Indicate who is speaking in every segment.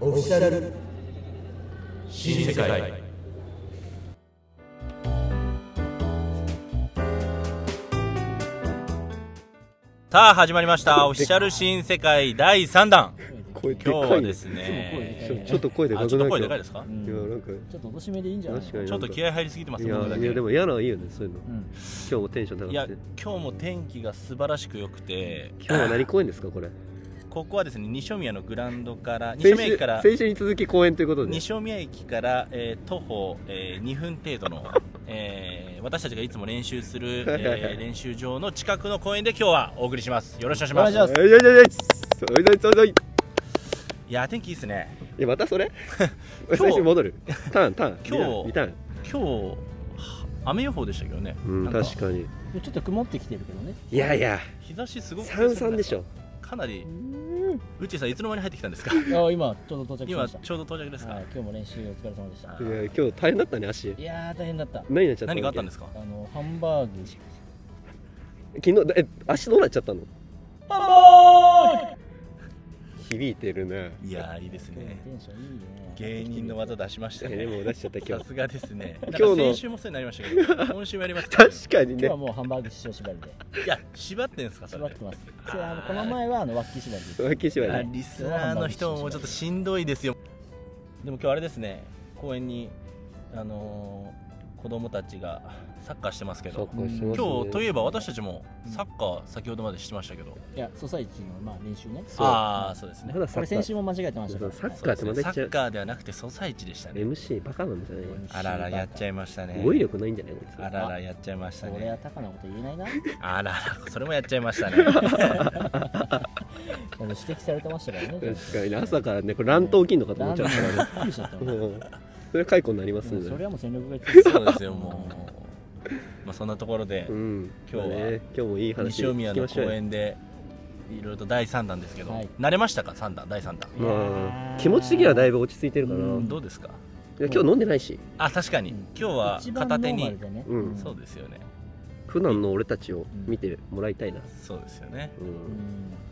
Speaker 1: オフィシャル
Speaker 2: 新世界
Speaker 3: さあ始まりましたオフィシャル新世界第3弾
Speaker 4: 声で
Speaker 3: 今日
Speaker 4: か
Speaker 3: はいで
Speaker 4: ね
Speaker 3: す
Speaker 4: ちょ
Speaker 3: ね
Speaker 4: ちょっと声でか
Speaker 3: あ
Speaker 4: く
Speaker 3: ちょっ
Speaker 4: な
Speaker 3: と
Speaker 4: い
Speaker 3: 声でかいですか
Speaker 4: いやなんか
Speaker 1: ちょっとおとしめでいいんじゃない
Speaker 4: 確かに
Speaker 3: ちょっと気合入りすぎてます
Speaker 4: い
Speaker 3: 僕
Speaker 4: や
Speaker 3: だ
Speaker 4: い
Speaker 3: け
Speaker 4: やでも嫌ないいよねそういうの
Speaker 1: うん
Speaker 4: 今日もテンション
Speaker 3: い
Speaker 4: 高
Speaker 3: や
Speaker 4: くて
Speaker 3: 今日も天気が素晴らしく良くて
Speaker 4: 今日は何公演ですかこれ
Speaker 3: ここはですね西宮のグラウンドから西
Speaker 4: 先
Speaker 3: 宮駅
Speaker 4: 週
Speaker 3: から
Speaker 4: 先週に続き公演ということで
Speaker 3: 西宮駅から、えー徒歩、えー2分程度の、えー私たちがいつも練習する、えー 練習場の近くの公園で今日はお送りしますよろしくお願いし
Speaker 1: お
Speaker 3: ま
Speaker 1: 願
Speaker 3: す
Speaker 1: いし
Speaker 3: い
Speaker 4: いやいやいやいやそれそれそれそれい
Speaker 3: や天気いいですね
Speaker 4: やまた それ
Speaker 3: 日
Speaker 4: 最初に戻るターンターン
Speaker 3: 今日
Speaker 4: 2ターン
Speaker 3: 今日は雨予報でしたけどね、
Speaker 4: うん
Speaker 3: なん
Speaker 4: 確かに
Speaker 1: ちょっと曇ってきてるけどね
Speaker 4: いやいや
Speaker 3: 日差しすごく
Speaker 4: 三三でしょ
Speaker 3: かなりうちさんいつの間に入ってきたんです か
Speaker 1: あ今ちょうど到着しま
Speaker 3: 今
Speaker 1: した
Speaker 3: ちょうど到着ですか、
Speaker 1: はい今日も練習お疲れ様でした
Speaker 4: いや今日大変だったね足
Speaker 1: いやー大変だった
Speaker 4: 何になっちゃった
Speaker 3: 何があったんですすか
Speaker 1: あのハンバーグ
Speaker 4: 昨日え足どうなっちゃったの
Speaker 1: ハンバー
Speaker 4: 響いてるね
Speaker 3: いやーいいです
Speaker 1: グ
Speaker 3: ね
Speaker 1: テンションいいね
Speaker 3: 芸人の技出しました
Speaker 4: えで
Speaker 3: ね
Speaker 4: も出しちゃった今
Speaker 3: さ
Speaker 4: 日
Speaker 3: すがですね
Speaker 4: 今日
Speaker 3: 今
Speaker 4: の
Speaker 3: 日先週もそうになりましたけ ど今週もやりますから、ね、
Speaker 4: 確かに
Speaker 1: 今日
Speaker 4: ね
Speaker 1: はもうハンバーグ師匠縛りで
Speaker 3: いや縛ってんすかそれ
Speaker 1: 縛ってますそれあのこの前はあの脇縛りで
Speaker 4: 浮気芝居
Speaker 3: あ
Speaker 4: ね
Speaker 3: リスナーの人ももうちょっとしんどいですよでも今日あれですね公園にあのー子供たちがサッカーしてますけど今日といえば私たちもサッカー先ほどまでしてましたけど、
Speaker 1: いやソサイチのまあ練習ね
Speaker 4: そう
Speaker 3: ああそうですね
Speaker 4: まだ
Speaker 1: こ
Speaker 4: サ
Speaker 1: れ
Speaker 4: ッカ
Speaker 1: 先
Speaker 4: ー
Speaker 1: 週も間違えてました
Speaker 4: そ
Speaker 1: か
Speaker 4: う
Speaker 1: ら
Speaker 4: サッ
Speaker 3: そう
Speaker 4: カー
Speaker 3: で
Speaker 4: つ
Speaker 3: す
Speaker 4: ま
Speaker 3: ね
Speaker 4: ず
Speaker 3: サ
Speaker 4: いちゃ
Speaker 3: ッ
Speaker 4: う
Speaker 3: カーではなくてソサイチでしたね
Speaker 4: MC バカなんじゃないの
Speaker 3: あららやっちゃいましたね
Speaker 4: 語彙力ないんじゃないこいつ
Speaker 3: あららやっちゃいました
Speaker 1: 俺は
Speaker 3: ね
Speaker 1: 高なこと言えないな
Speaker 3: あららそれもやっちゃいましたね
Speaker 1: あの指摘されてましたからね
Speaker 4: 確かにね朝からねこれ乱闘起きんのかと思っちゃう
Speaker 1: ランナーびっくりしちゃ ったもんで
Speaker 4: うんそれ解雇になります
Speaker 1: もそ
Speaker 4: ん
Speaker 1: れ
Speaker 4: で
Speaker 1: はもう戦力外です
Speaker 3: そうですよもう、まあ、そんなところで
Speaker 4: うん
Speaker 3: 今日は
Speaker 4: まあね今日もいい話
Speaker 3: 西宮
Speaker 4: 聞き
Speaker 3: の
Speaker 4: ましょ
Speaker 3: 公
Speaker 4: うよ
Speaker 3: 園でいろいろと第3弾ですけど、
Speaker 1: はい
Speaker 3: 慣れましたか3弾第3弾
Speaker 4: まあ気持ち的にはだいぶ落ち着いてるから
Speaker 1: うん
Speaker 4: い
Speaker 3: どうですか
Speaker 4: や今日飲んでないし
Speaker 3: あ確かに
Speaker 1: うん
Speaker 3: 今日は
Speaker 1: 一番ノ
Speaker 3: 片手
Speaker 1: ーマ
Speaker 3: に
Speaker 1: ルでね
Speaker 4: うん
Speaker 3: そうですよね
Speaker 4: 普段の俺たちを見てもらいたいな
Speaker 3: そうですよね
Speaker 4: うん
Speaker 1: ん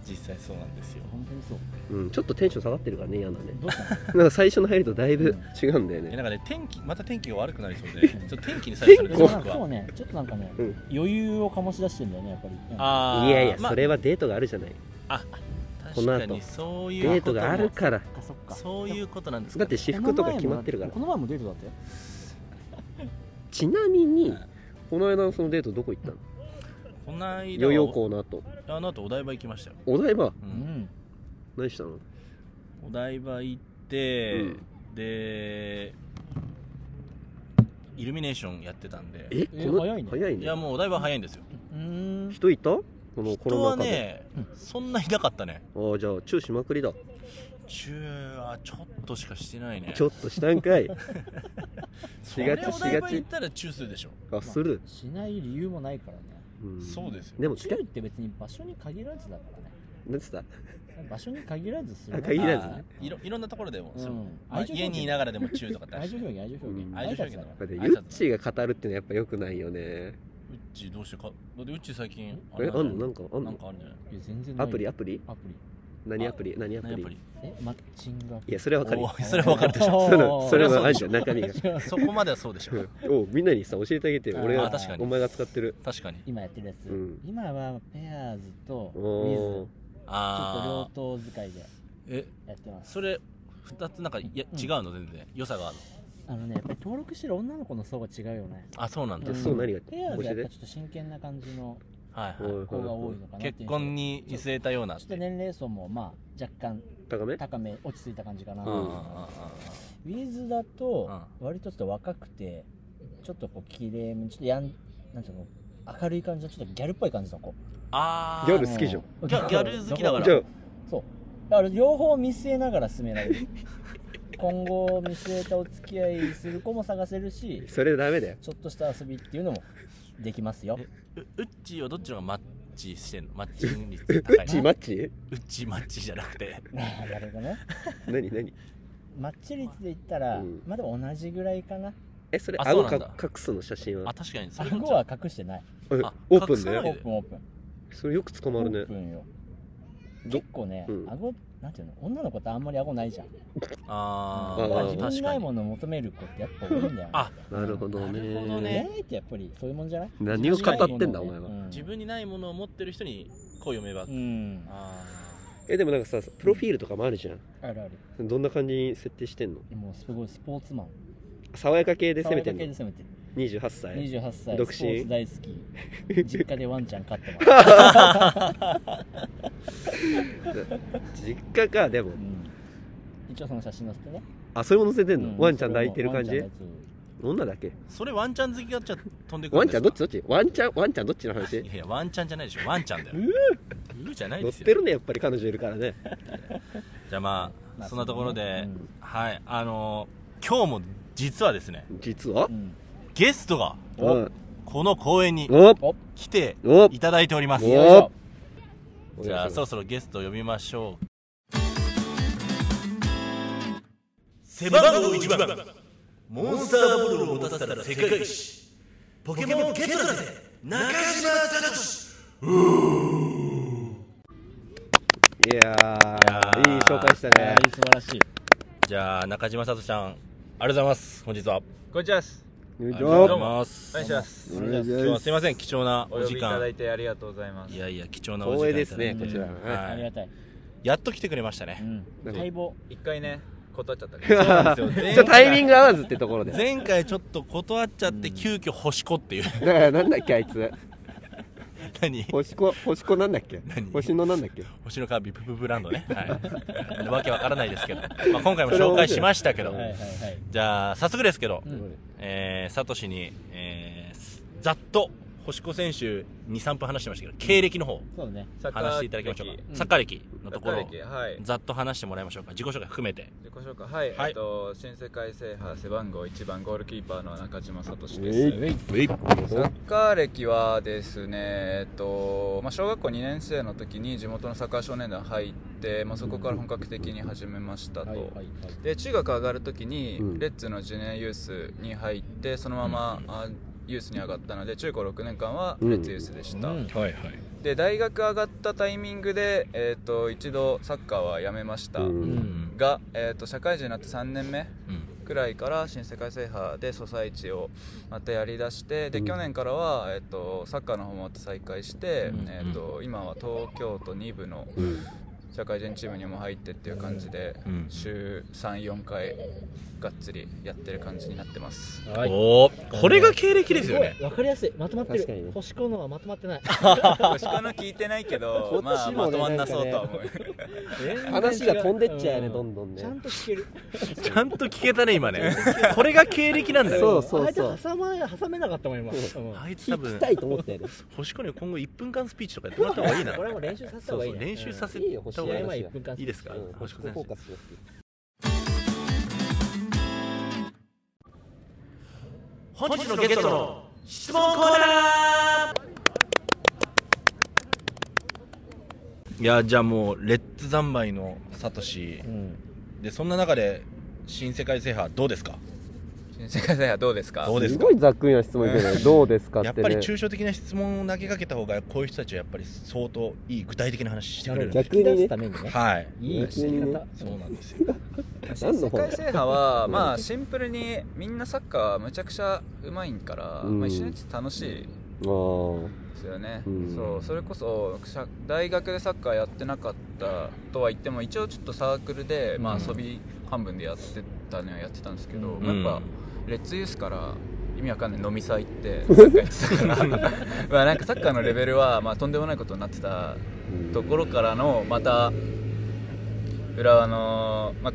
Speaker 3: 実際そうなんですよ
Speaker 1: 本当にそう
Speaker 4: うんちょっとテンション下がってるからね嫌なね
Speaker 1: どうしたの
Speaker 4: なんか最初の入りとだいぶ違うんだよ
Speaker 3: え
Speaker 4: ね
Speaker 3: なんかね天気また天気が悪くなりそう でちょっと天気に左右され
Speaker 1: で
Speaker 3: てる
Speaker 1: も
Speaker 3: 僕
Speaker 1: なんか今
Speaker 3: は
Speaker 1: 日ねちょっとなんかね
Speaker 4: うん
Speaker 1: 余裕を醸し出してんだよねやっぱり
Speaker 3: あー
Speaker 4: いやいや
Speaker 3: まあ
Speaker 4: それはデートがあるじゃないこの後
Speaker 3: 確かにそうい
Speaker 4: デ
Speaker 3: うこ
Speaker 4: ート
Speaker 3: とも
Speaker 4: があるから
Speaker 1: そっかそっか
Speaker 3: そういうことなんですか
Speaker 4: だって私服とか決まってるから
Speaker 1: この前もデートだったよ
Speaker 4: ちなみに
Speaker 3: はい
Speaker 4: この間のそのデートどこ行ったの
Speaker 3: この間
Speaker 4: ヨーヨー校の後
Speaker 3: あの後お台場行きましたよ、
Speaker 4: お台場
Speaker 3: う
Speaker 1: うんん
Speaker 4: 何したの
Speaker 3: お台場行って、
Speaker 4: うん
Speaker 3: でイルミネーションやってたんで
Speaker 4: え
Speaker 1: え
Speaker 4: この
Speaker 1: 早いね
Speaker 4: 早い
Speaker 3: いや
Speaker 4: ね
Speaker 3: もうお台場早いんですよ
Speaker 1: うん
Speaker 4: 人いたこのコ
Speaker 3: 人
Speaker 4: ロ
Speaker 3: は
Speaker 4: ナ禍で
Speaker 3: ねそんないなかったね
Speaker 4: ああじゃあチューしまくりだ
Speaker 3: 中はちょっとしかしてないね
Speaker 4: ちょっとしたん かい
Speaker 3: それ
Speaker 4: しがち
Speaker 3: お台
Speaker 4: し
Speaker 3: 場
Speaker 4: がち
Speaker 3: 行ったら中枢でしょ、
Speaker 4: あする
Speaker 1: しない理由もないからね
Speaker 4: うん
Speaker 3: そうですよ
Speaker 4: でも
Speaker 1: 中
Speaker 4: 付き合
Speaker 1: って別に場所に限らずだから
Speaker 4: なんつった
Speaker 1: ね場所に限らずする
Speaker 4: あ限いらずね
Speaker 3: あーいろいろんなところでも、
Speaker 1: うん
Speaker 3: その
Speaker 1: 愛情表現
Speaker 3: 家にいながらでも中とかってある
Speaker 1: 愛
Speaker 3: し
Speaker 1: 情表現愛情表
Speaker 4: う
Speaker 1: 現
Speaker 4: ん
Speaker 3: 愛情表現
Speaker 1: だ
Speaker 3: だ
Speaker 1: か
Speaker 4: だって
Speaker 3: 挨
Speaker 4: ユ
Speaker 3: 拶
Speaker 4: ッチーが語るってのはやっぱ良くないよね
Speaker 3: うっちーどうしてかだってうっちー最近
Speaker 4: えあ
Speaker 3: れ
Speaker 4: んのなんかあん
Speaker 3: なん
Speaker 4: の
Speaker 3: かあるんじゃない
Speaker 1: らいや全然ない
Speaker 4: アプリアプリ
Speaker 1: アプリ
Speaker 4: 何アプリ何アプ
Speaker 3: 何やっ
Speaker 4: リ
Speaker 3: ぱり
Speaker 1: えマッチングアプ
Speaker 4: い
Speaker 1: リ
Speaker 4: やそれはわかる
Speaker 3: お
Speaker 4: よ
Speaker 3: ーそれは分かる でしょ
Speaker 4: それはそれはあ
Speaker 3: あ
Speaker 4: るじゃん中身が
Speaker 3: そこまではそうでしょ
Speaker 4: うんおうみんなにさ教えてあげてよ俺
Speaker 3: あ
Speaker 4: が
Speaker 3: 確かに
Speaker 4: お前が使ってる
Speaker 3: 確かに
Speaker 1: 今やってるやつ、
Speaker 4: うん
Speaker 1: 今はペアーズとウィズ
Speaker 4: おー
Speaker 1: ちょっと
Speaker 3: あ
Speaker 1: 両
Speaker 3: あ
Speaker 1: 頭使いで
Speaker 3: え
Speaker 1: やってます
Speaker 3: それ2つなんかいや
Speaker 1: うん
Speaker 3: 違うの全然良さがあるの
Speaker 1: あのねやっぱり登録してる女の子の層が違うよね
Speaker 3: あそうなんだ、
Speaker 1: う
Speaker 4: そう何が
Speaker 1: ペアー
Speaker 4: 教
Speaker 1: ズは
Speaker 4: え
Speaker 1: やってぱちょっと真剣な感じの
Speaker 3: はい
Speaker 4: おいお
Speaker 3: はい
Speaker 1: 子が多い
Speaker 4: おい
Speaker 1: のかないって
Speaker 3: 結
Speaker 1: いう
Speaker 3: 婚に見据えたような
Speaker 1: ちょっと年齢層もまあ若干
Speaker 4: 高め
Speaker 1: 高め落ち着いた感じかな、
Speaker 3: うん
Speaker 1: ウ
Speaker 3: うんうんうん
Speaker 1: ィズだと割とちょっと若くてちょっとこう綺麗めちょっとやんなんていうの明るい感じのちょっとギャルっぽい感じの子
Speaker 3: ああ
Speaker 4: ギャル好きじゃん
Speaker 1: うん
Speaker 3: ギャギャル好きだから
Speaker 4: じゃあ
Speaker 1: そうだから両方見据えながら進められ る今後を見据えたお付き合いする子も探せるし
Speaker 4: それダメだよ
Speaker 1: ちょっとした遊びっていうのもできますよ
Speaker 3: えううっちーはどっちの方がマッチしてんのマッチング率高い
Speaker 4: チーマッチ
Speaker 3: うっちーマッチじゃなくて
Speaker 1: なるほどね
Speaker 4: 何何
Speaker 1: マッチ率で言ったら、
Speaker 4: うん
Speaker 1: まあでも同じぐらいかな
Speaker 4: えそれ
Speaker 3: あ
Speaker 4: 顎
Speaker 3: そう
Speaker 4: か
Speaker 3: なんだ
Speaker 4: 隠すの写真は
Speaker 3: あ確かにそれ
Speaker 1: 顎は隠してない
Speaker 4: え
Speaker 3: あ
Speaker 4: オープ
Speaker 3: 隠
Speaker 4: ン
Speaker 3: さ
Speaker 1: オ
Speaker 3: な
Speaker 4: ね
Speaker 3: い
Speaker 1: ープンオープン
Speaker 4: それよく捕
Speaker 1: オ
Speaker 4: まる
Speaker 1: ープ
Speaker 4: ね
Speaker 1: ンよ
Speaker 4: ど
Speaker 1: 結構ね、
Speaker 4: うん
Speaker 1: 顎
Speaker 5: なんていうの女の子ってあんまり顎ないじゃん
Speaker 3: あ
Speaker 5: だ
Speaker 3: ー
Speaker 5: から
Speaker 4: うん
Speaker 5: 自分に
Speaker 3: 確
Speaker 5: な
Speaker 3: か
Speaker 5: い
Speaker 3: に
Speaker 5: ものを求める子ってやっぱ多いんだよ
Speaker 3: あ
Speaker 4: なるほどね
Speaker 3: なるほどね
Speaker 5: 恋愛ってやっぱりそういうもんじゃない
Speaker 4: 何を語ってんだお
Speaker 5: 自
Speaker 4: 前
Speaker 5: 分にないものをね
Speaker 4: は
Speaker 5: うん
Speaker 3: 自分にないものを持ってる人に恋を芽ばく、
Speaker 5: うん
Speaker 3: あ
Speaker 4: えでもなんかさプロフィールとかもあるじゃん
Speaker 5: あるある
Speaker 4: どんな感じに設定してんの
Speaker 5: もうすごいスポーツマン
Speaker 4: 爽やか系で攻めてん
Speaker 5: 爽やか系
Speaker 4: の
Speaker 5: で攻めてる
Speaker 4: 28歳
Speaker 5: 28歳
Speaker 4: 独身
Speaker 5: スポーツ大好 き実家でワンちゃん飼ってます、
Speaker 4: 実家かでも
Speaker 5: うん、一応その写真載せてね、
Speaker 4: あそういうもの載せてん
Speaker 5: う
Speaker 4: のワンちゃん抱いてる感
Speaker 5: ワン
Speaker 4: じ
Speaker 5: ちゃん抱いてる
Speaker 4: 女だけ
Speaker 3: ーそれワンちゃん好きがじゃあ飛んでく
Speaker 4: ワ
Speaker 3: る
Speaker 4: ン
Speaker 3: んで
Speaker 4: ち
Speaker 3: すか
Speaker 4: ゃんどっちワンちゃんワンちゃんどっちの話
Speaker 3: いやいやワンちゃんじゃないでしょワンちゃんだようーじゃない
Speaker 4: 乗
Speaker 3: で
Speaker 4: っ
Speaker 3: す
Speaker 4: て
Speaker 3: よ
Speaker 4: るねやっぱり彼女いるからね
Speaker 3: じゃあまあ、
Speaker 5: まあ
Speaker 3: そんなところで、
Speaker 5: うん
Speaker 3: はいあのー今日も実はですね
Speaker 4: 実は
Speaker 5: うん
Speaker 3: ゲストが
Speaker 4: おお
Speaker 3: この公演に
Speaker 4: お
Speaker 5: お
Speaker 3: 来て
Speaker 4: お
Speaker 3: いただいております
Speaker 4: お
Speaker 5: よ
Speaker 3: じゃあそろそろゲストを呼びましょう背番号1番モンスターボールを持たせたら世界一ポケモンゲットだぜ中島聡
Speaker 4: いやーいい紹介した
Speaker 5: いや
Speaker 4: ね
Speaker 5: ー素晴らしい
Speaker 3: じゃあ中島聡さんありがとうございます本日は
Speaker 6: こんにちはです。
Speaker 4: よいし
Speaker 3: ありがとうござい
Speaker 4: ょ
Speaker 3: ます
Speaker 6: お願いします。
Speaker 4: お願いし
Speaker 3: 今日
Speaker 4: ま
Speaker 3: は
Speaker 4: す
Speaker 3: すいません貴重な
Speaker 6: お
Speaker 3: お
Speaker 6: 呼
Speaker 3: 時
Speaker 6: びいただ
Speaker 3: 間
Speaker 6: いてありがとうございます。
Speaker 3: いやいや貴重なお時間
Speaker 4: 光栄ですね
Speaker 3: いた
Speaker 4: こ
Speaker 3: だい
Speaker 4: ち
Speaker 3: て
Speaker 4: らは
Speaker 5: あり
Speaker 3: は
Speaker 5: が
Speaker 3: い
Speaker 5: たい、
Speaker 3: やっと来てくれました
Speaker 5: う
Speaker 3: ね
Speaker 5: ん、
Speaker 4: 何
Speaker 5: 待望
Speaker 6: 一回ね、断っちゃった けど。
Speaker 3: そ
Speaker 4: い
Speaker 3: うなんですよ
Speaker 4: ちょタイミング合わずってところで
Speaker 3: 前回ちょっと断っちゃって急遽星子っていう
Speaker 4: だからなんだっけあいつ
Speaker 3: 何
Speaker 4: 星子星子なんだっけ
Speaker 3: 何
Speaker 4: 星のなんだっけ
Speaker 3: 星のカービィププブランドね、はい、わけわからないですけど、まあ、今回も紹介しましたけど、
Speaker 5: はいはいはい
Speaker 3: じゃあ早速ですけど、
Speaker 5: うん
Speaker 3: えーサトシに、えーすざっと星子選手23分話してましたけど経歴の方
Speaker 5: そうね
Speaker 6: サッカー
Speaker 3: 話していただきましょうか
Speaker 6: 歴
Speaker 3: サッカー歴のと
Speaker 6: サッ
Speaker 3: こ
Speaker 6: カー
Speaker 3: ろを
Speaker 6: 歴はい。
Speaker 3: ざっと話してもらいましょうか自己紹介含めて
Speaker 6: 自己紹介はい、
Speaker 3: はい
Speaker 6: えっと新世界制覇背番号一番ゴールキーパーの中島聡です。サッカー歴はですね、えっとまあ、小学校2年生の時に地元のサッカー少年団入って、まあ、そこから本格的に始めましたと、
Speaker 5: はいはいはい
Speaker 6: で中学上がる時に、
Speaker 4: うん
Speaker 6: レッツのジュニアユースに入ってそのまま、あユースに上がったので中高6年間はレッツユースでした、
Speaker 5: うん
Speaker 3: はいはい
Speaker 6: で大学上がったタイミングで、えー、と一度サッカーはやめました、
Speaker 4: うん
Speaker 5: う
Speaker 3: うんん
Speaker 6: が、えー、と社会人になって3年目
Speaker 3: うん
Speaker 6: くらいから新世界制覇でソサイチをまたやりだしてで
Speaker 4: うん
Speaker 6: 去年からは、えっとサッカーの方もまた再開し
Speaker 3: う
Speaker 6: て、
Speaker 3: ん
Speaker 6: えっと今は東京都2部の
Speaker 4: うん
Speaker 6: 社会人チームにも入ってっていう感じで、
Speaker 3: うん
Speaker 6: 週34回がっつりやってる感じになって ます
Speaker 5: はい
Speaker 3: おーこれが経歴ですよね
Speaker 5: すごいわかりやすいまとまって
Speaker 4: 確かにね
Speaker 5: る星子のはまとまってない
Speaker 6: 星子の聞いてないけど、
Speaker 4: こっ
Speaker 6: ま
Speaker 4: ち
Speaker 6: あ、
Speaker 4: も
Speaker 6: ま
Speaker 4: ね
Speaker 6: とまんなそうとは思う、
Speaker 4: 話が飛んでっちゃうね
Speaker 5: ん
Speaker 4: どんどんね
Speaker 5: ちゃんと聞ける
Speaker 3: ちゃんと聞けたね今ねこれが経歴なんだよ
Speaker 4: そうそうそう
Speaker 5: 間挟ま挟めなかったもん今、うん
Speaker 3: あいつ多
Speaker 4: 聞
Speaker 3: 分
Speaker 4: きたいと思ったよね
Speaker 3: 星子には今後1分間スピーチとかやってもらった方がいいな
Speaker 5: これはもう練習させた 方
Speaker 3: そう
Speaker 5: が
Speaker 3: そ
Speaker 5: いい、
Speaker 3: う
Speaker 5: ね、
Speaker 3: 練習させ
Speaker 4: いいよ
Speaker 3: た
Speaker 4: た
Speaker 3: 方
Speaker 4: 方
Speaker 5: 試
Speaker 4: が
Speaker 3: が
Speaker 4: い
Speaker 3: い
Speaker 4: い
Speaker 5: 合前1
Speaker 3: い
Speaker 5: 分間
Speaker 3: いいですか
Speaker 4: うん
Speaker 3: 星子選
Speaker 4: フォ
Speaker 3: 手
Speaker 4: ーカスしよ
Speaker 3: 本日のゲストの質問コーナーいやじゃあもうレッツ三昧のサトシ
Speaker 5: うん
Speaker 3: でそんな中で新世界制覇どうですか
Speaker 6: 新世界制覇どうですか
Speaker 3: どう
Speaker 4: う
Speaker 3: です
Speaker 4: す
Speaker 3: か
Speaker 4: ごいざっくりな質問やけどどうですかって
Speaker 3: やっ
Speaker 4: ね
Speaker 3: ぱり抽象的な質問を投げかけた方がこういう人たちはやっぱり相当いい具体的な話してくれるんで
Speaker 5: 引き出すためにね
Speaker 3: はい
Speaker 5: いい
Speaker 4: 逆にね
Speaker 3: そうなんですよ
Speaker 6: 新世界制覇は
Speaker 4: うん
Speaker 6: まあシンプルにみんなサッカーむちゃくちゃうまいんから、
Speaker 4: うん
Speaker 6: まあ、一緒にやってて楽しい
Speaker 4: あー
Speaker 6: ですよね、
Speaker 4: うん
Speaker 6: そうそれこそ社大学でサッカーやってなかったとは言っても一応ちょっとサークルで、
Speaker 3: う
Speaker 6: まあ、
Speaker 3: ん
Speaker 6: 遊び半分でやってたのはやってたんですけど、
Speaker 5: うん
Speaker 6: まあやっぱレッツユースから意味わかんない飲み祭行ってサ ッカーやってたからまあなんかサッカーのレベルは、 まあ、とんでもないことになってた
Speaker 4: うん
Speaker 6: ところからのまた浦和の、まあ、